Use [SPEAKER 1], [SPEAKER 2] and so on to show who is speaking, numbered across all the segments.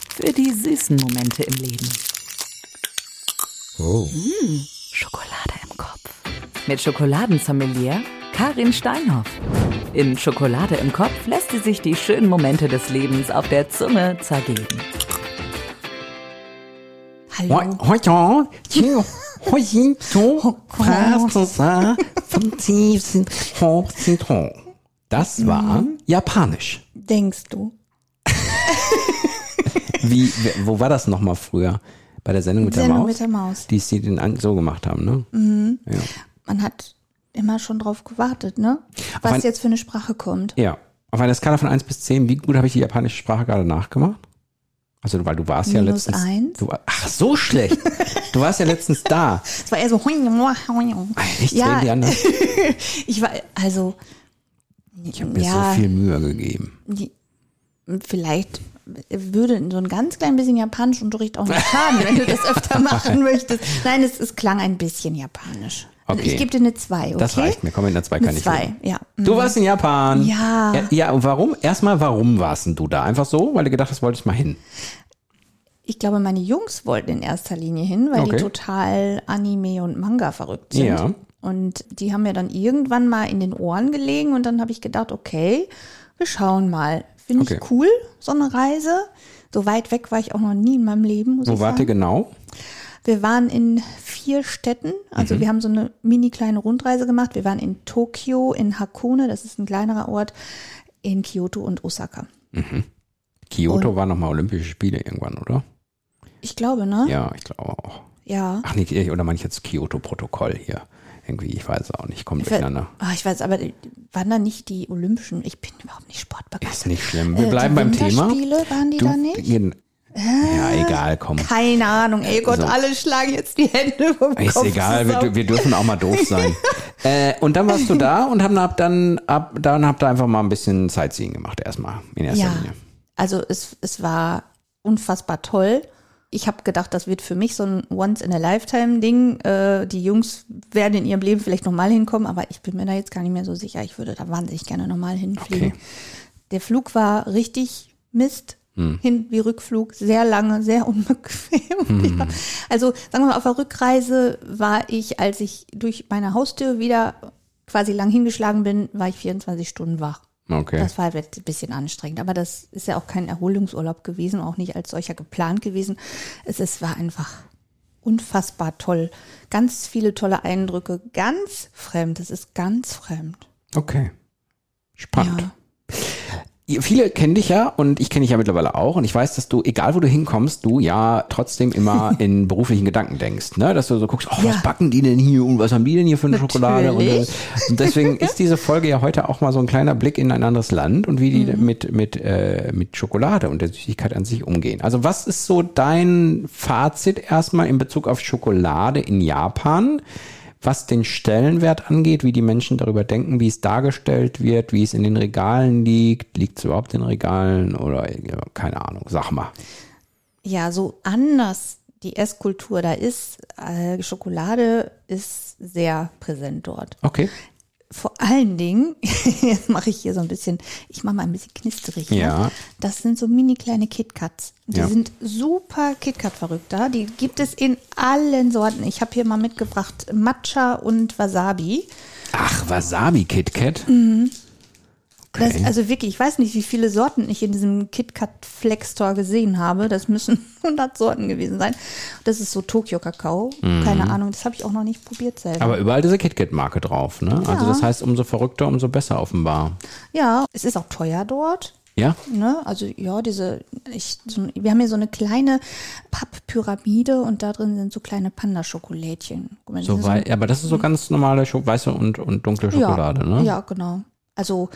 [SPEAKER 1] Für die süßen Momente im Leben. Hm,
[SPEAKER 2] Oh.
[SPEAKER 1] Schokolade im Kopf. Mit Schokoladensommelier Karin Steinhoff. In Schokolade im Kopf lässt sie sich die schönen Momente des Lebens auf der Zunge zergeben.
[SPEAKER 3] Hallo.
[SPEAKER 2] Heute, hier, heute,
[SPEAKER 3] Oh,
[SPEAKER 2] du, Franzosa, vom tiefsten hoch sind hoch.
[SPEAKER 3] Mhm.
[SPEAKER 2] Das war japanisch.
[SPEAKER 3] Denkst du?
[SPEAKER 2] Wie, w- wo war das nochmal früher? Bei der Sendung mit der
[SPEAKER 3] Sendung
[SPEAKER 2] Maus?
[SPEAKER 3] mit der Maus. Mhm.
[SPEAKER 2] Die sie den an- so gemacht haben, ne? Ja.
[SPEAKER 3] Man hat immer schon drauf gewartet, ne? Was
[SPEAKER 2] ein-
[SPEAKER 3] jetzt für eine Sprache kommt.
[SPEAKER 2] ja. Auf einer Skala von 1 bis 10, wie gut habe ich die japanische Sprache gerade nachgemacht? Also, weil du warst ja
[SPEAKER 3] Minus
[SPEAKER 2] letztens.
[SPEAKER 3] eins.
[SPEAKER 2] Du, war- ach, so schlecht. Du warst ja letztens da.
[SPEAKER 3] Es war eher so.
[SPEAKER 2] Ich
[SPEAKER 3] Ja.
[SPEAKER 2] die anderen.
[SPEAKER 3] Ich war, also. Ich
[SPEAKER 2] Mir so viel Mühe gegeben.
[SPEAKER 3] Die, vielleicht würde so ein ganz klein bisschen Japanischunterricht auch nicht schaden, wenn du das öfter machen möchtest. Nein, es, es klang ein bisschen japanisch. Also
[SPEAKER 2] Okay.
[SPEAKER 3] Ich gebe dir eine 2, okay?
[SPEAKER 2] Das reicht mir. Komm, in der 2 kann
[SPEAKER 3] Eine
[SPEAKER 2] ich.
[SPEAKER 3] 2,
[SPEAKER 2] leben.
[SPEAKER 3] ja.
[SPEAKER 2] Du warst in Japan.
[SPEAKER 3] Ja.
[SPEAKER 2] Ja, ja und warum? Erstmal, warum warst denn du da? Einfach so, weil du gedacht hast, wollte ich mal hin.
[SPEAKER 3] Ich glaube, meine Jungs wollten in erster Linie hin, weil
[SPEAKER 2] Okay.
[SPEAKER 3] die total Anime und Manga verrückt sind.
[SPEAKER 2] Ja.
[SPEAKER 3] Und die haben mir dann irgendwann mal in den Ohren gelegen und dann habe ich gedacht, okay, wir schauen mal. Finde
[SPEAKER 2] Okay.
[SPEAKER 3] ich cool, so eine Reise. So weit weg war ich auch noch nie in meinem Leben, muss
[SPEAKER 2] Wo
[SPEAKER 3] ich
[SPEAKER 2] wart
[SPEAKER 3] sagen.
[SPEAKER 2] ihr genau?
[SPEAKER 3] Wir waren in vier Städten.
[SPEAKER 2] Mhm.
[SPEAKER 3] Also wir haben so eine mini kleine Rundreise gemacht. Wir waren in Tokio, in Hakone, das ist ein kleinerer Ort, in Kyoto und Osaka.
[SPEAKER 2] Kyoto
[SPEAKER 3] Oh.
[SPEAKER 2] war nochmal Olympische Spiele irgendwann, oder?
[SPEAKER 3] Ich glaube, ne?
[SPEAKER 2] Ja, ich glaube auch.
[SPEAKER 3] Ja.
[SPEAKER 2] Ach nee, oder meine ich jetzt Kyoto-Protokoll hier? Irgendwie, ich weiß es auch nicht, kommt
[SPEAKER 3] Ich weiß,
[SPEAKER 2] durcheinander.
[SPEAKER 3] ah, ich weiß, aber waren da nicht die Olympischen? Ich bin überhaupt nicht
[SPEAKER 2] Ist
[SPEAKER 3] sportbegeistert.
[SPEAKER 2] nicht schlimm. Wir
[SPEAKER 3] Äh,
[SPEAKER 2] bleiben
[SPEAKER 3] die
[SPEAKER 2] beim Thema.
[SPEAKER 3] Winterspiele, waren die da nicht?
[SPEAKER 2] gen- ja, egal, komm.
[SPEAKER 3] Keine Ahnung, ey Gott,
[SPEAKER 2] Äh, So.
[SPEAKER 3] alle schlagen jetzt die Hände vom
[SPEAKER 2] Ist
[SPEAKER 3] Kopf
[SPEAKER 2] egal, wir,
[SPEAKER 3] zusammen.
[SPEAKER 2] dür- wir dürfen auch mal doof sein. äh, und dann warst du da und haben ab dann ab dann habt ihr einfach mal ein bisschen Sightseeing gemacht erstmal in erster
[SPEAKER 3] Ja,
[SPEAKER 2] Linie.
[SPEAKER 3] also es, es war unfassbar toll. Ich habe gedacht, das wird für mich so ein Once-in-a-Lifetime-Ding. Äh, die Jungs werden in ihrem Leben vielleicht nochmal hinkommen, aber ich bin mir da jetzt gar nicht mehr so sicher. Ich würde da wahnsinnig gerne nochmal hinfliegen.
[SPEAKER 2] Okay.
[SPEAKER 3] Der Flug war richtig Mist.
[SPEAKER 2] Hm.
[SPEAKER 3] Hin wie Rückflug, sehr lange, sehr unbequem.
[SPEAKER 2] Hm.
[SPEAKER 3] Ja. Also sagen wir mal, auf der Rückreise war ich, als ich durch meine Haustür wieder quasi lang hingeschlagen bin, war ich 24 Stunden wach.
[SPEAKER 2] Okay.
[SPEAKER 3] Das war halt ein bisschen anstrengend, aber das ist ja auch kein Erholungsurlaub gewesen, auch nicht als solcher geplant gewesen. Es, es war einfach unfassbar toll. Ganz viele tolle Eindrücke, ganz fremd, es ist ganz fremd.
[SPEAKER 2] okay. Spannend. Ihr- Viele kennen dich ja und ich kenne dich ja mittlerweile auch und ich weiß, dass du, egal wo du hinkommst, du ja trotzdem immer in beruflichen Gedanken denkst, ne? Dass du so guckst, oh,
[SPEAKER 3] Ja.
[SPEAKER 2] was backen die denn hier und was haben die denn hier für eine Schokolade? Und, äh,
[SPEAKER 3] Natürlich.
[SPEAKER 2] und deswegen ist diese Folge ja heute auch mal so ein kleiner Blick in ein anderes Land und wie die mit, mit, äh, mit Schokolade und der Süßigkeit an sich umgehen. Also was ist so dein Fazit erstmal in Bezug auf Schokolade in Japan? was den Stellenwert angeht, wie die Menschen darüber denken, wie es dargestellt wird, wie es in den Regalen liegt, liegt es überhaupt in Regalen oder ja, keine Ahnung, sag mal.
[SPEAKER 3] Ja, so anders die Esskultur da ist, äh, Schokolade ist sehr präsent dort.
[SPEAKER 2] Okay.
[SPEAKER 3] vor allen Dingen, jetzt mache ich hier so ein bisschen, ich mache mal ein bisschen knisterig.
[SPEAKER 2] Ja.
[SPEAKER 3] Ne? Das sind so mini kleine KitKats. Die
[SPEAKER 2] Ja.
[SPEAKER 3] sind super KitKat-Verrückter. Die gibt es in allen Sorten. Ich habe hier mal mitgebracht Matcha und Wasabi.
[SPEAKER 2] Ach, Wasabi Kit Kat. Okay.
[SPEAKER 3] Das, also wirklich, ich weiß nicht, wie viele Sorten ich in diesem KitKat Flex Store gesehen habe. Das müssen 100 Sorten gewesen sein. Das ist so Tokio-Kakao. Keine Ahnung, das habe ich auch noch nicht probiert selber.
[SPEAKER 2] Mhm. aber überall diese KitKat-Marke drauf, ne? Also das heißt, umso verrückter, umso besser offenbar.
[SPEAKER 3] ja, es ist auch teuer dort.
[SPEAKER 2] Ja?
[SPEAKER 3] Ne? Also ja, diese, ich, so, wir haben hier so eine kleine Papppyramide und da drin sind so kleine Panda-Schokolädchen. Guck mal, die
[SPEAKER 2] So
[SPEAKER 3] sind so-
[SPEAKER 2] wei- aber das ist so ganz normale Scho weiße und, und dunkle Schokolade,
[SPEAKER 3] ja,
[SPEAKER 2] ne?
[SPEAKER 3] Ja, genau. Also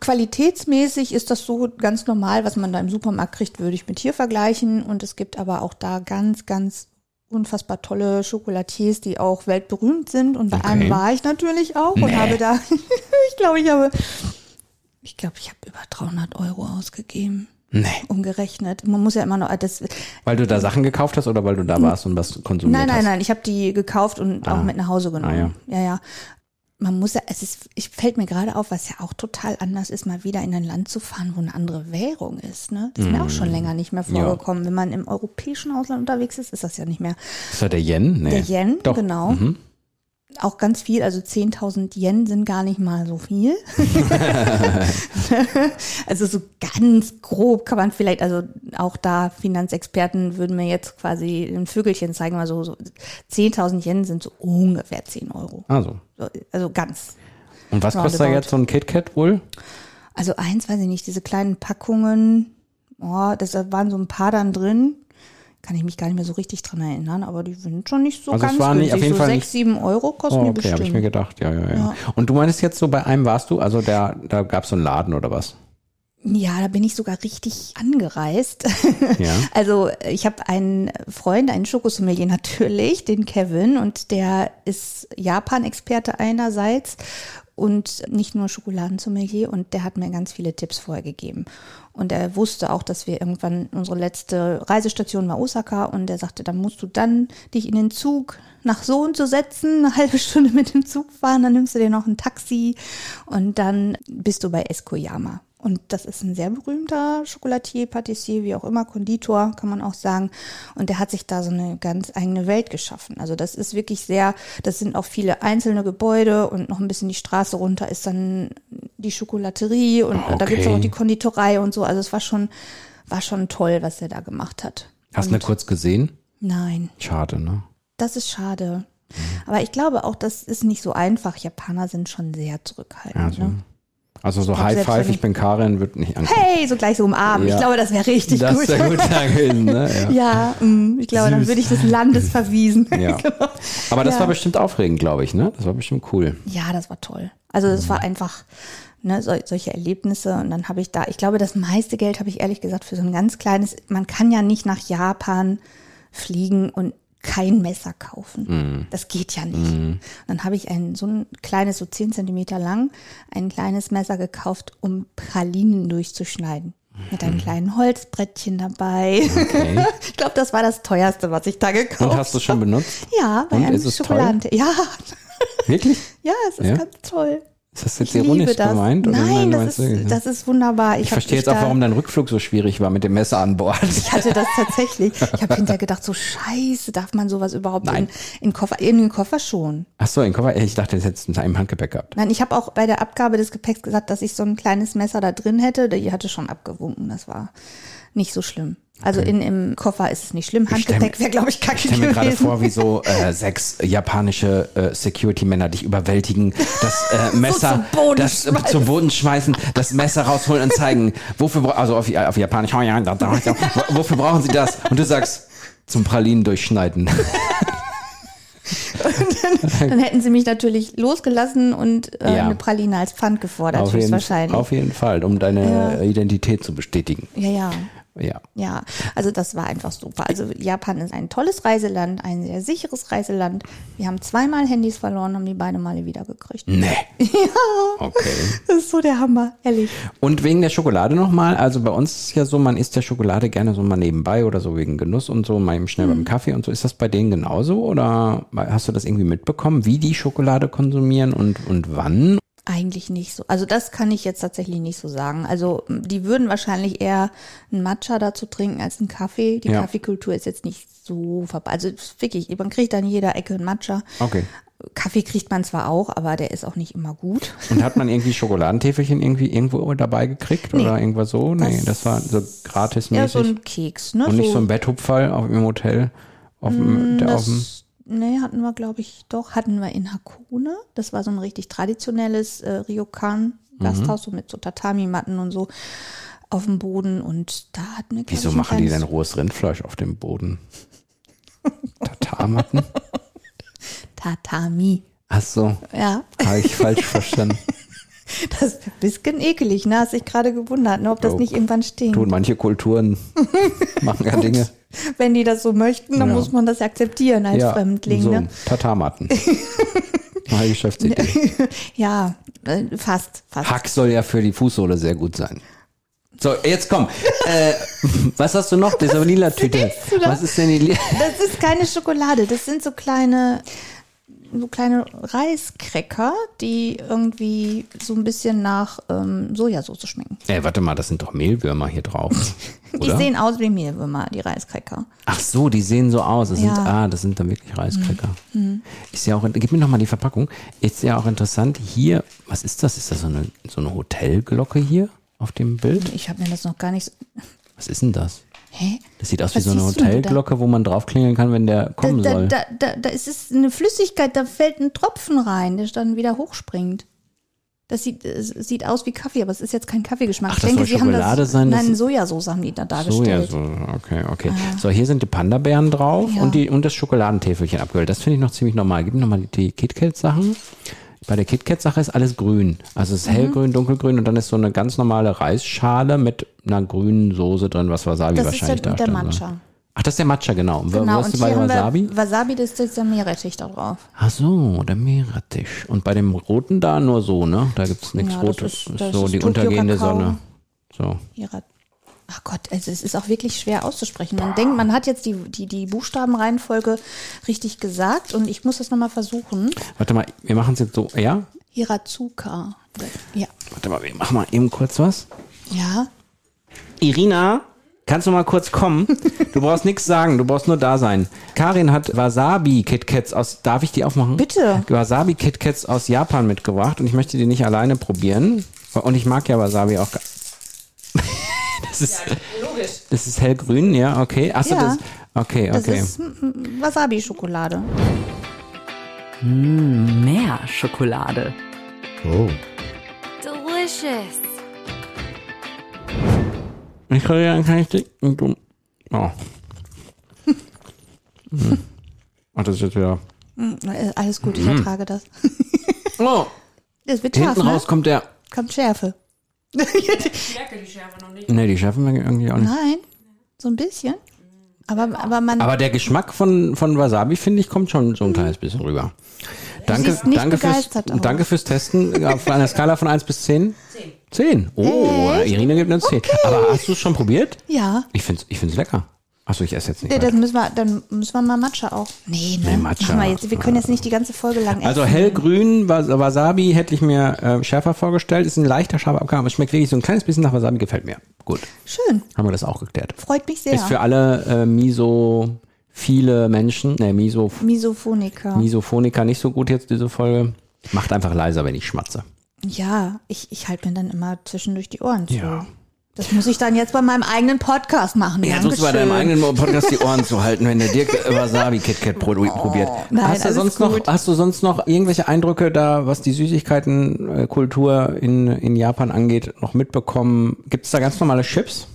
[SPEAKER 3] qualitätsmäßig ist das so ganz normal, was man da im Supermarkt kriegt, würde ich mit hier vergleichen. Und es gibt aber auch da ganz, ganz unfassbar tolle Schokolatiers, die auch weltberühmt sind. Und bei
[SPEAKER 2] Okay.
[SPEAKER 3] einem war ich natürlich auch und habe da, ich glaube, ich habe, ich glaube, ich habe über 300 Euro ausgegeben.
[SPEAKER 2] Nee.
[SPEAKER 3] umgerechnet. Man muss ja immer noch ah, das.
[SPEAKER 2] Weil du da Sachen gekauft hast oder weil du da warst und was konsumiert
[SPEAKER 3] Nein, nein,
[SPEAKER 2] hast?
[SPEAKER 3] nein. Ich habe die gekauft und auch mit nach Hause genommen. ja. ja, man muss ja, es ist, ich fällt mir gerade auf, was ja auch total anders ist, mal wieder in ein Land zu fahren, wo eine andere Währung ist. Ne? Das ist mir auch schon länger nicht mehr vorgekommen. Wenn man im europäischen Ausland unterwegs ist, ist das ja nicht mehr.
[SPEAKER 2] Ist das der Yen? Nee.
[SPEAKER 3] Der Yen,
[SPEAKER 2] Äh, Doch. Mhm.
[SPEAKER 3] genau. Auch ganz viel, also 10.000 Yen sind gar nicht mal so viel. also so ganz grob kann man vielleicht, also auch da Finanzexperten würden mir jetzt quasi ein Vögelchen zeigen, mal so, so 10.000 Yen sind so ungefähr 10 Euro.
[SPEAKER 2] Also.
[SPEAKER 3] So, Also ganz.
[SPEAKER 2] Und was kostet da
[SPEAKER 3] Roundabout.
[SPEAKER 2] jetzt so ein KitKat wohl?
[SPEAKER 3] Also eins weiß ich nicht, diese kleinen Packungen, oh, das da waren so ein paar dann drin. Kann ich mich gar nicht mehr so richtig dran erinnern, aber die sind schon nicht so
[SPEAKER 2] Also es
[SPEAKER 3] ganz
[SPEAKER 2] waren nicht-
[SPEAKER 3] günstig.
[SPEAKER 2] auf jeden
[SPEAKER 3] so
[SPEAKER 2] Fall
[SPEAKER 3] sechs,
[SPEAKER 2] nicht-
[SPEAKER 3] sieben Euro kosten
[SPEAKER 2] Oh,
[SPEAKER 3] die
[SPEAKER 2] okay, habe ich mir
[SPEAKER 3] bestimmt.
[SPEAKER 2] gedacht. Ja, ja, ja, Und du meinst jetzt so, bei einem warst du, also der, da gab es so einen Laden oder was?
[SPEAKER 3] ja, da bin ich sogar richtig angereist.
[SPEAKER 2] Ja.
[SPEAKER 3] Also ich habe einen Freund, einen Schokosommelier natürlich, den Kevin, und der ist Japan-Experte einerseits und nicht nur Schokoladensommelier und der hat mir ganz viele Tipps vorher gegeben. Und er wusste auch, dass wir irgendwann unsere letzte Reisestation war Osaka und er sagte, dann musst du dann dich in den Zug nach so und so setzen, eine halbe Stunde mit dem Zug fahren, dann nimmst du dir noch ein Taxi und dann bist du bei Escoyama. Und das ist ein sehr berühmter Schokolatier, Patissier, wie auch immer, Konditor, kann man auch sagen. Und der hat sich da so eine ganz eigene Welt geschaffen. Also das ist wirklich sehr, das sind auch viele einzelne Gebäude und noch ein bisschen die Straße runter ist dann die Schokolaterie und da
[SPEAKER 2] Ah, Okay.
[SPEAKER 3] gibt's auch die Konditorei und so. Also es war schon, war schon toll, was der da gemacht hat.
[SPEAKER 2] Hast du mir kurz gesehen?
[SPEAKER 3] Nein.
[SPEAKER 2] Schade, ne?
[SPEAKER 3] Das ist schade.
[SPEAKER 2] Mhm.
[SPEAKER 3] Aber ich glaube auch, das ist nicht so einfach. Japaner sind schon sehr zurückhaltend.
[SPEAKER 2] Also,
[SPEAKER 3] ne?
[SPEAKER 2] also so
[SPEAKER 3] glaub,
[SPEAKER 2] High
[SPEAKER 3] selbst
[SPEAKER 2] Five,
[SPEAKER 3] wenn
[SPEAKER 2] ich bin Karin, wird nicht angucken.
[SPEAKER 3] Hey, so gleich so umarmen.
[SPEAKER 2] Ja.
[SPEAKER 3] Ich glaube, das wäre richtig
[SPEAKER 2] das
[SPEAKER 3] gut.
[SPEAKER 2] ist ja gut dahin, ne? Ja.
[SPEAKER 3] Ja, mm, ich glaube, dann
[SPEAKER 2] Süß.
[SPEAKER 3] würde ich des Landes verwiesen.
[SPEAKER 2] Ja.
[SPEAKER 3] Genau.
[SPEAKER 2] Aber das
[SPEAKER 3] Ja.
[SPEAKER 2] war bestimmt aufregend, glaube ich, ne? Das war bestimmt cool.
[SPEAKER 3] ja, das war toll. Also es war einfach ne, sol- solche Erlebnisse und dann habe ich da, ich glaube, das meiste Geld habe ich ehrlich gesagt für so ein ganz kleines, man kann ja nicht nach Japan fliegen und kein Messer kaufen.
[SPEAKER 2] Mhm.
[SPEAKER 3] Das geht ja nicht. Dann habe ich ein so ein kleines, so 10 Zentimeter lang, ein kleines Messer gekauft, um Pralinen durchzuschneiden. Mit einem kleinen Holzbrettchen dabei.
[SPEAKER 2] Mhm. Okay.
[SPEAKER 3] Ich glaube, das war das teuerste, was ich da gekauft habe.
[SPEAKER 2] Und hast du schon benutzt?
[SPEAKER 3] Ja, bei
[SPEAKER 2] Und
[SPEAKER 3] einem
[SPEAKER 2] ist es toll?
[SPEAKER 3] Schokoladen. Ja,
[SPEAKER 2] Wirklich?
[SPEAKER 3] ja, es ist
[SPEAKER 2] Ja?
[SPEAKER 3] ganz toll.
[SPEAKER 2] Ist das jetzt
[SPEAKER 3] Ich liebe
[SPEAKER 2] ironisch
[SPEAKER 3] das.
[SPEAKER 2] gemeint? oder?
[SPEAKER 3] Nein,
[SPEAKER 2] du
[SPEAKER 3] das
[SPEAKER 2] meinst wirklich,
[SPEAKER 3] ist,
[SPEAKER 2] ne?
[SPEAKER 3] das ist wunderbar. Ich,
[SPEAKER 2] ich
[SPEAKER 3] hab
[SPEAKER 2] verstehe
[SPEAKER 3] mich
[SPEAKER 2] jetzt auch,
[SPEAKER 3] da-
[SPEAKER 2] warum dein Rückflug so schwierig war mit dem Messer an Bord.
[SPEAKER 3] Ich hatte das tatsächlich. Ich habe hinterher gedacht, so scheiße, darf man sowas überhaupt in, in Koffer, in den Koffer schon.
[SPEAKER 2] Ach so, in Koffer. Ich dachte, das hättest du in einem Handgepäck gehabt.
[SPEAKER 3] Nein, ich habe auch bei der Abgabe des Gepäcks gesagt, dass ich so ein kleines Messer da drin hätte. Die hatte schon abgewunken. Das war nicht so schlimm. Also in, im Koffer ist es nicht schlimm.
[SPEAKER 2] stell
[SPEAKER 3] Handgepäck
[SPEAKER 2] mir-
[SPEAKER 3] wäre, glaube ich, kacke
[SPEAKER 2] Ich stelle mir gerade
[SPEAKER 3] gewesen.
[SPEAKER 2] vor, wie so äh, sechs japanische äh, Security-Männer dich überwältigen, das äh, Messer
[SPEAKER 3] zum Boden
[SPEAKER 2] das, äh, zum Boden schmeißen, das Messer rausholen und zeigen, wofür, bra- also auf, auf Japanisch, wofür brauchen sie das? Und du sagst, zum Pralinen durchschneiden.
[SPEAKER 3] Dann hätten sie mich natürlich losgelassen und äh,
[SPEAKER 2] Ja.
[SPEAKER 3] eine Praline als Pfand gefordert, höchstwahrscheinlich.
[SPEAKER 2] auf jeden Fall, um deine Identität zu bestätigen.
[SPEAKER 3] Ja, ja.
[SPEAKER 2] Ja.
[SPEAKER 3] Ja, also das war einfach super. Also Japan ist ein tolles Reiseland, ein sehr sicheres Reiseland. Wir haben zweimal Handys verloren, haben die beide Male wiedergekriegt.
[SPEAKER 2] Nee. Ja. Okay.
[SPEAKER 3] Das ist so der Hammer, ehrlich.
[SPEAKER 2] Und wegen der Schokolade nochmal, also bei uns ist es ja so, man isst der Schokolade gerne so mal nebenbei oder so wegen Genuss und so, mal eben schnell beim Kaffee und so. Ist das bei denen genauso oder hast du das irgendwie mitbekommen, wie die Schokolade konsumieren und, und wann?
[SPEAKER 3] Eigentlich nicht so. Also das kann ich jetzt tatsächlich nicht so sagen. Also die würden wahrscheinlich eher einen Matcha dazu trinken als einen Kaffee. Die
[SPEAKER 2] Ja.
[SPEAKER 3] Kaffeekultur ist jetzt nicht so verbreitet. Also es ist wirklich, man kriegt an jeder Ecke einen Matcha.
[SPEAKER 2] Okay.
[SPEAKER 3] Kaffee kriegt man zwar auch, aber der ist auch nicht immer gut.
[SPEAKER 2] Und hat man irgendwie Schokoladentäfelchen irgendwie irgendwo dabei gekriegt oder irgendwas so? Nee, das, war so gratismäßig.
[SPEAKER 3] Ja, so ein Keks, ne?
[SPEAKER 2] und nicht so
[SPEAKER 3] So-
[SPEAKER 2] ein Betthupferl auf, im Hotel. Auf dem, der auf dem,
[SPEAKER 3] Das, nee, hatten wir, glaube ich, doch, hatten wir in Hakone. Das war so ein richtig traditionelles äh, Ryokan-Gasthaus,
[SPEAKER 2] Mhm.
[SPEAKER 3] so mit so Tatami-Matten und so auf dem Boden. Und da hatten wir, glaub
[SPEAKER 2] wieso
[SPEAKER 3] ich, ein
[SPEAKER 2] machen die denn
[SPEAKER 3] kleines
[SPEAKER 2] rohes Rindfleisch auf dem Boden? Tatamatten?
[SPEAKER 3] Tatami.
[SPEAKER 2] Ach so,
[SPEAKER 3] Ja,
[SPEAKER 2] habe ich falsch verstanden.
[SPEAKER 3] das ist ein bisschen ekelig, ne? Hast dich gerade gewundert, ne? ob das
[SPEAKER 2] Oh.
[SPEAKER 3] nicht irgendwann stinkt.
[SPEAKER 2] Tun manche Kulturen, machen ja Dinge.
[SPEAKER 3] Wenn die das so möchten, dann
[SPEAKER 2] Ja.
[SPEAKER 3] muss man das ja akzeptieren als
[SPEAKER 2] ja,
[SPEAKER 3] Fremdling.
[SPEAKER 2] so,
[SPEAKER 3] Ne?
[SPEAKER 2] Tatarmatten. Meine Geschäftsidee.
[SPEAKER 3] Ja, äh, fast, fast.
[SPEAKER 2] Hack soll ja für die Fußsohle sehr gut sein. So, jetzt komm. äh, was hast du noch? Diese lila Tüte.
[SPEAKER 3] du da?
[SPEAKER 2] Was ist denn die lila?
[SPEAKER 3] Das ist keine Schokolade, das sind so kleine so kleine Reiskräcker, die irgendwie so ein bisschen nach ähm, Sojasauce schmecken.
[SPEAKER 2] Ey, warte mal, das sind doch Mehlwürmer hier drauf.
[SPEAKER 3] Die
[SPEAKER 2] oder?
[SPEAKER 3] sehen aus wie Mehlwürmer, die Reiskräcker.
[SPEAKER 2] Ach so, die sehen so aus. Das sind,
[SPEAKER 3] Ja. Mhm.
[SPEAKER 2] ah, das sind dann wirklich Reiskräcker. Ist ja auch, gib mir nochmal die Verpackung. Ist ja auch interessant, hier, was ist das? Ist das so eine, so eine Hotelglocke hier auf dem Bild?
[SPEAKER 3] Ich habe mir das noch gar nicht. So,
[SPEAKER 2] Was ist denn das?
[SPEAKER 3] hä?
[SPEAKER 2] Das sieht aus
[SPEAKER 3] Was
[SPEAKER 2] wie so eine
[SPEAKER 3] siehst du denn da?
[SPEAKER 2] Hotelglocke, wo man draufklingeln kann, wenn der kommen
[SPEAKER 3] da,
[SPEAKER 2] soll.
[SPEAKER 3] da, da, da ist es eine Flüssigkeit, da fällt ein Tropfen rein, der dann wieder hochspringt. Das sieht, es sieht aus wie Kaffee, aber es ist jetzt kein Kaffeegeschmack.
[SPEAKER 2] Ach, das soll Schokolade sein? Das
[SPEAKER 3] Nein,
[SPEAKER 2] ist-
[SPEAKER 3] Sojasauce haben die da
[SPEAKER 2] So, ja,
[SPEAKER 3] dargestellt.
[SPEAKER 2] so, okay, okay. So, hier sind die Panda-Bären drauf
[SPEAKER 3] Ah. Ja.
[SPEAKER 2] und, die, und das Schokoladentäfelchen abgehört. Das finde ich noch ziemlich normal. Gib mir nochmal die, die KitKat-Sachen. Bei der KitKat-Sache ist alles grün. Also
[SPEAKER 3] Mhm.
[SPEAKER 2] es ist hellgrün, dunkelgrün und dann ist so eine ganz normale Reisschale mit einer grünen Soße drin, was Wasabi
[SPEAKER 3] das ist der,
[SPEAKER 2] wahrscheinlich da
[SPEAKER 3] der Matcha.
[SPEAKER 2] Ach, das ist der Matcha, genau. Und wa-
[SPEAKER 3] Genau,
[SPEAKER 2] was
[SPEAKER 3] und
[SPEAKER 2] ist
[SPEAKER 3] hier
[SPEAKER 2] bei
[SPEAKER 3] haben
[SPEAKER 2] Wasabi?
[SPEAKER 3] wir Wasabi, das ist jetzt der Meerrettich da drauf.
[SPEAKER 2] Ach so, der Meerrettich. Und bei dem roten da nur so, ne? Da gibt es nichts
[SPEAKER 3] Ja, das
[SPEAKER 2] Rotes.
[SPEAKER 3] ist- das
[SPEAKER 2] so
[SPEAKER 3] ist
[SPEAKER 2] die
[SPEAKER 3] Tokio
[SPEAKER 2] untergehende
[SPEAKER 3] Kakao.
[SPEAKER 2] Sonne. So.
[SPEAKER 3] Meerret- Ach Gott, also es ist auch wirklich schwer auszusprechen. Man denkt, man hat jetzt die, die, die Buchstabenreihenfolge richtig gesagt und ich muss das nochmal versuchen.
[SPEAKER 2] Warte mal, wir machen es jetzt so. Ja?
[SPEAKER 3] Hirazuka. Ja.
[SPEAKER 2] Warte mal, wir machen mal eben kurz was.
[SPEAKER 3] Ja.
[SPEAKER 2] Irina, kannst du mal kurz kommen? Du brauchst nichts sagen, du brauchst nur da sein. Karin hat Wasabi KitKats aus, darf ich die aufmachen?
[SPEAKER 3] Bitte.
[SPEAKER 2] Wasabi KitKats aus Japan mitgebracht und ich möchte die nicht alleine probieren. Und ich mag ja Wasabi auch. ga- Das ist, das ist hellgrün, ja, okay. Achso,
[SPEAKER 3] Ja.
[SPEAKER 2] das, okay,
[SPEAKER 3] Das
[SPEAKER 2] okay.
[SPEAKER 3] ist mm, mm, Wasabi-Schokolade.
[SPEAKER 1] Mehr Schokolade.
[SPEAKER 2] oh.
[SPEAKER 4] Delicious.
[SPEAKER 2] Ich kann ja kein Stück und du. Oh. Hm. Ach, das ist jetzt wieder.
[SPEAKER 3] Äh, Alles gut, ich ertrage das.
[SPEAKER 2] Oh,
[SPEAKER 3] Das wird scharf,
[SPEAKER 2] Mhm. hinten
[SPEAKER 3] ne?
[SPEAKER 2] raus kommt der.
[SPEAKER 3] Kommt Schärfe.
[SPEAKER 2] Nee, die schaffen wir irgendwie auch nicht.
[SPEAKER 3] Nein, so ein bisschen. Aber, aber man
[SPEAKER 2] Aber der Geschmack von, von Wasabi, finde ich, kommt schon so ein kleines bisschen rüber. Danke,
[SPEAKER 3] siehst nicht
[SPEAKER 2] danke, fürs,
[SPEAKER 3] begeistert aus.
[SPEAKER 2] danke fürs Testen. Auf einer Skala von 1 bis 10? 10. 10. Oh, Irina gibt uns 10. Aber hast du es schon probiert?
[SPEAKER 3] ja.
[SPEAKER 2] Ich finde es ich find's lecker. Achso, ich esse jetzt nicht.
[SPEAKER 3] Ja,
[SPEAKER 2] weiter.
[SPEAKER 3] dann müssen wir, dann müssen wir mal Matcha auch. Nee, ne?
[SPEAKER 2] Nee, Matcha.
[SPEAKER 3] Machen wir, jetzt, wir können jetzt nicht die ganze Folge lang essen.
[SPEAKER 2] also hellgrün Was- Wasabi hätte ich mir äh, schärfer vorgestellt. Ist ein leichter, scharfer Abgang, aber es schmeckt wirklich so ein kleines bisschen nach Wasabi. Gefällt mir. Gut,
[SPEAKER 3] Schön,
[SPEAKER 2] haben wir das auch geklärt.
[SPEAKER 3] freut mich sehr.
[SPEAKER 2] Ist für alle äh, Miso, viele Menschen, ne, Miso,
[SPEAKER 3] Misophoniker.
[SPEAKER 2] Misophonika nicht so gut jetzt, diese Folge. Macht einfach leiser, wenn ich schmatze.
[SPEAKER 3] ja, ich, ich halte mir dann immer zwischendurch die Ohren zu.
[SPEAKER 2] Ja.
[SPEAKER 3] Das muss ich dann jetzt bei meinem eigenen Podcast machen.
[SPEAKER 2] Ja, versuchst du bei
[SPEAKER 3] Dankeschön.
[SPEAKER 2] deinem eigenen Podcast die Ohren zu halten, wenn der Dirk Wasabi Kit Kat Pro probiert.
[SPEAKER 3] Oh, nein,
[SPEAKER 2] hast, du
[SPEAKER 3] alles
[SPEAKER 2] sonst noch,
[SPEAKER 3] gut.
[SPEAKER 2] hast du sonst noch irgendwelche Eindrücke da, was die Süßigkeitenkultur in, in Japan angeht, noch mitbekommen? Gibt es da ganz normale Chips?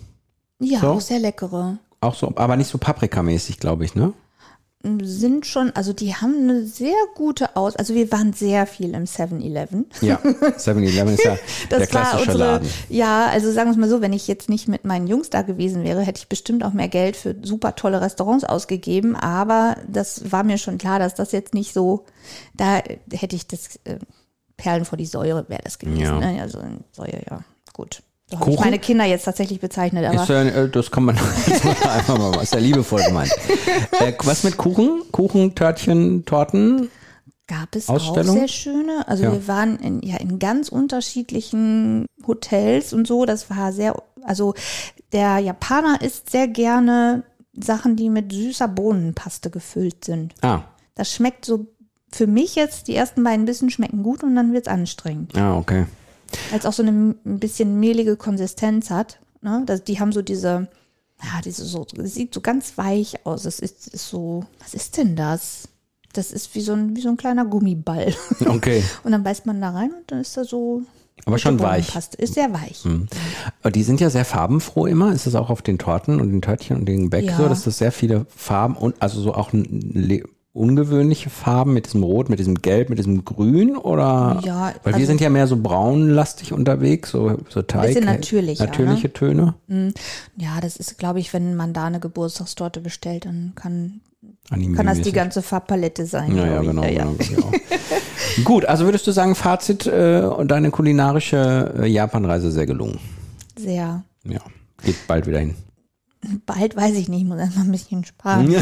[SPEAKER 3] Ja,
[SPEAKER 2] So?
[SPEAKER 3] auch sehr leckere.
[SPEAKER 2] Auch so, aber nicht so paprikamäßig, glaube ich, ne?
[SPEAKER 3] Sind schon, also die haben eine sehr gute Aus. Also wir waren sehr viel im 7-Eleven.
[SPEAKER 2] Ja, 7-Eleven ist ja der klassische Laden.
[SPEAKER 3] Ja, also sagen wir es mal so, wenn ich jetzt nicht mit meinen Jungs da gewesen wäre, hätte ich bestimmt auch mehr Geld für super tolle Restaurants ausgegeben. Aber das war mir schon klar, dass das jetzt nicht so, da hätte ich das äh, Perlen vor die Säure wäre das gewesen.
[SPEAKER 2] Ja.
[SPEAKER 3] Ne? Also Säure, ja, gut. So habe ich
[SPEAKER 2] Kuchen?
[SPEAKER 3] meine Kinder jetzt tatsächlich bezeichnet, aber
[SPEAKER 2] Ist ja, äh, das kann man das muss man einfach mal, ist ja liebevoll gemeint. Äh, was mit Kuchen? Kuchen, Törtchen, Torten?
[SPEAKER 3] gab es
[SPEAKER 2] Ausstellung?
[SPEAKER 3] auch sehr schöne. Also
[SPEAKER 2] Ja.
[SPEAKER 3] wir waren in, ja, in ganz unterschiedlichen Hotels und so. Das war sehr, also der Japaner isst sehr gerne Sachen, die mit süßer Bohnenpaste gefüllt sind.
[SPEAKER 2] Ah,
[SPEAKER 3] Das schmeckt so für mich jetzt, die ersten beiden Bissen schmecken gut und dann wird's anstrengend.
[SPEAKER 2] ah, okay.
[SPEAKER 3] Weil es auch so eine ein bisschen mehlige Konsistenz hat. Ne? Das, die haben so diese, ja, diese so, das sieht so ganz weich aus. Das ist, ist so, was ist denn das? Das ist wie so ein, wie so ein kleiner Gummiball.
[SPEAKER 2] Okay.
[SPEAKER 3] Und dann beißt man da rein und dann ist da so.
[SPEAKER 2] Aber schon weich. Hm.
[SPEAKER 3] Bohnenpaste. Ist sehr weich.
[SPEAKER 2] Aber die sind ja sehr farbenfroh immer. Ist das auch auf den Torten und den Törtchen und den Gebäck
[SPEAKER 3] Ja.
[SPEAKER 2] so, dass das sehr viele Farben und also so auch n- le- ungewöhnliche Farben mit diesem Rot, mit diesem Gelb, mit diesem Grün oder?
[SPEAKER 3] Ja,
[SPEAKER 2] Weil wir
[SPEAKER 3] also-
[SPEAKER 2] sind ja mehr so braunlastig unterwegs, so, so Teig.
[SPEAKER 3] Bisschen ne? natürlicher,
[SPEAKER 2] Natürliche Töne.
[SPEAKER 3] Ja, das ist, glaube ich, wenn man da eine Geburtstagstorte bestellt, dann kann,
[SPEAKER 2] Anime
[SPEAKER 3] kann das die
[SPEAKER 2] mäßig.
[SPEAKER 3] ganze Farbpalette sein.
[SPEAKER 2] Ja, ja,
[SPEAKER 3] glaub ich.
[SPEAKER 2] genau. genau, genau. Gut, also würdest du sagen, Fazit äh, und deine kulinarische äh, Japanreise sehr gelungen.
[SPEAKER 3] Sehr.
[SPEAKER 2] Ja, geht bald wieder hin.
[SPEAKER 3] Bald weiß ich nicht, ich muss erstmal ein bisschen sparen.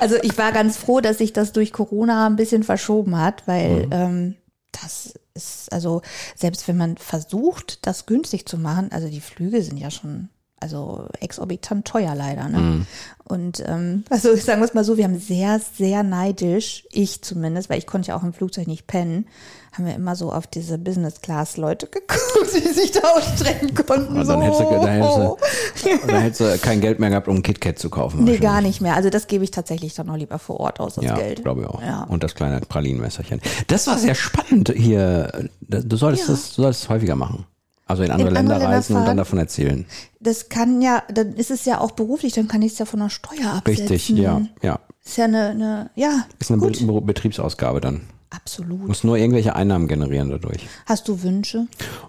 [SPEAKER 3] also ich war ganz froh, dass sich das durch Corona ein bisschen verschoben hat,
[SPEAKER 2] Mhm.
[SPEAKER 3] weil ähm, das ist, also selbst wenn man versucht, das günstig zu machen, also die Flüge sind ja schon also exorbitant teuer leider. Ne?
[SPEAKER 2] Mhm.
[SPEAKER 3] Und ähm, also sagen wir es mal so, wir haben sehr, sehr neidisch, ich zumindest, weil ich konnte ja auch im Flugzeug nicht pennen, haben wir immer so auf diese Business-Class-Leute geguckt, die sich da ausstrecken konnten.
[SPEAKER 2] Und
[SPEAKER 3] so.
[SPEAKER 2] Ah, dann hättest du, dann hättest du, dann hättest du kein Geld mehr gehabt, um ein KitKat zu kaufen.
[SPEAKER 3] Nee, gar
[SPEAKER 2] wahrscheinlich.
[SPEAKER 3] nicht mehr. Also das gebe ich tatsächlich dann auch lieber vor Ort aus, das
[SPEAKER 2] Ja,
[SPEAKER 3] Geld.
[SPEAKER 2] glaube ich auch.
[SPEAKER 3] Ja.
[SPEAKER 2] Und das kleine Pralinenmesserchen. Das war sehr spannend hier. Du solltest, das, du solltest es häufiger machen. Also in andere
[SPEAKER 3] In
[SPEAKER 2] Länder
[SPEAKER 3] andere Länder
[SPEAKER 2] reisen und
[SPEAKER 3] fahren.
[SPEAKER 2] dann davon erzählen.
[SPEAKER 3] Das kann ja, dann ist es ja auch beruflich, dann kann ich es ja von der Steuer absetzen.
[SPEAKER 2] Richtig, ja, ja.
[SPEAKER 3] Ist ja eine, eine ja,
[SPEAKER 2] Ist eine
[SPEAKER 3] gut.
[SPEAKER 2] Be Betriebsausgabe dann.
[SPEAKER 3] Absolut.
[SPEAKER 2] Muss nur irgendwelche Einnahmen generieren dadurch.
[SPEAKER 3] Hast du Wünsche?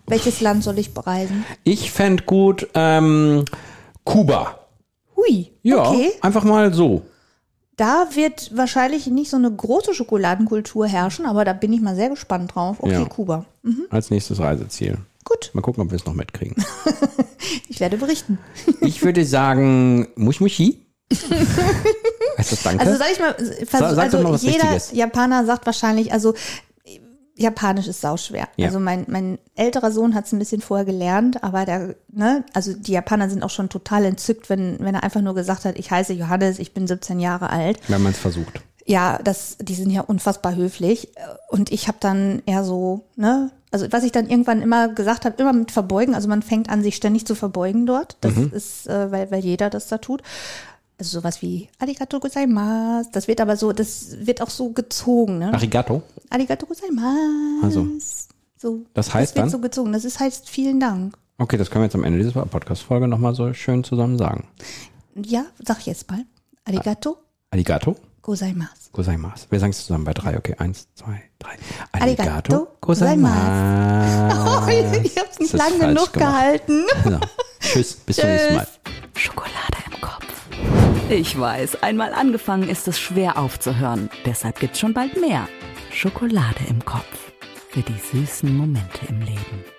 [SPEAKER 3] Welches Land soll ich bereisen?
[SPEAKER 2] Ich fände gut ähm, Kuba.
[SPEAKER 3] Hui,
[SPEAKER 2] Ja,
[SPEAKER 3] okay.
[SPEAKER 2] einfach mal so.
[SPEAKER 3] Da wird wahrscheinlich nicht so eine große Schokoladenkultur herrschen, aber da bin ich mal sehr gespannt drauf. Okay,
[SPEAKER 2] Ja.
[SPEAKER 3] Kuba.
[SPEAKER 2] Als nächstes Reiseziel.
[SPEAKER 3] Gut,
[SPEAKER 2] Mal gucken, ob wir es noch mitkriegen.
[SPEAKER 3] ich werde berichten.
[SPEAKER 2] Ich würde sagen, Mush Mushi. Heißt das Danke?
[SPEAKER 3] Also sag ich mal,
[SPEAKER 2] Sa-
[SPEAKER 3] versuch,
[SPEAKER 2] sag doch
[SPEAKER 3] also
[SPEAKER 2] mal was
[SPEAKER 3] jeder
[SPEAKER 2] Richtiges.
[SPEAKER 3] Japaner sagt wahrscheinlich, also äh, Japanisch ist sauschwer.
[SPEAKER 2] Ja.
[SPEAKER 3] Also mein, mein älterer Sohn hat es ein bisschen vorher gelernt, aber der, ne, also die Japaner sind auch schon total entzückt, wenn, wenn er einfach nur gesagt hat, ich heiße Johannes, ich bin 17 Jahre alt.
[SPEAKER 2] Wenn man es versucht.
[SPEAKER 3] Ja, das, die sind ja unfassbar höflich. äh, Und ich habe dann eher so, ne, also was ich dann irgendwann immer gesagt habe, immer mit verbeugen. Also man fängt an, sich ständig zu verbeugen dort. Das
[SPEAKER 2] Mhm.
[SPEAKER 3] ist, äh, weil, weil jeder das da tut. Also sowas wie Arigato gozaimasu. Das wird aber so, das wird auch so gezogen, ne?
[SPEAKER 2] Arigato.
[SPEAKER 3] Arigato gozaimasu.
[SPEAKER 2] Also.
[SPEAKER 3] So.
[SPEAKER 2] Das heißt
[SPEAKER 3] das wird
[SPEAKER 2] dann?
[SPEAKER 3] so gezogen. Das ist, heißt vielen Dank.
[SPEAKER 2] Okay, das können wir jetzt am Ende dieser Podcast-Folge nochmal so schön zusammen sagen.
[SPEAKER 3] Ja, sag ich jetzt mal. Arigato
[SPEAKER 2] Arigato,
[SPEAKER 3] gozaimasu.
[SPEAKER 2] gozaimasu. Wir sagen es zusammen bei drei. Okay, eins, zwei, drei.
[SPEAKER 3] Arigato Oh,
[SPEAKER 2] gozaimasu.
[SPEAKER 3] ich hab's nicht
[SPEAKER 2] Ah, das
[SPEAKER 3] lang
[SPEAKER 2] falsch gemacht.
[SPEAKER 3] genug gehalten.
[SPEAKER 2] Genau. Tschüss, bis zum nächsten Mal.
[SPEAKER 1] Schokolade im Kopf. Ich weiß, einmal angefangen ist es schwer aufzuhören. Deshalb gibt's schon bald mehr. Schokolade im Kopf. Für die süßen Momente im Leben.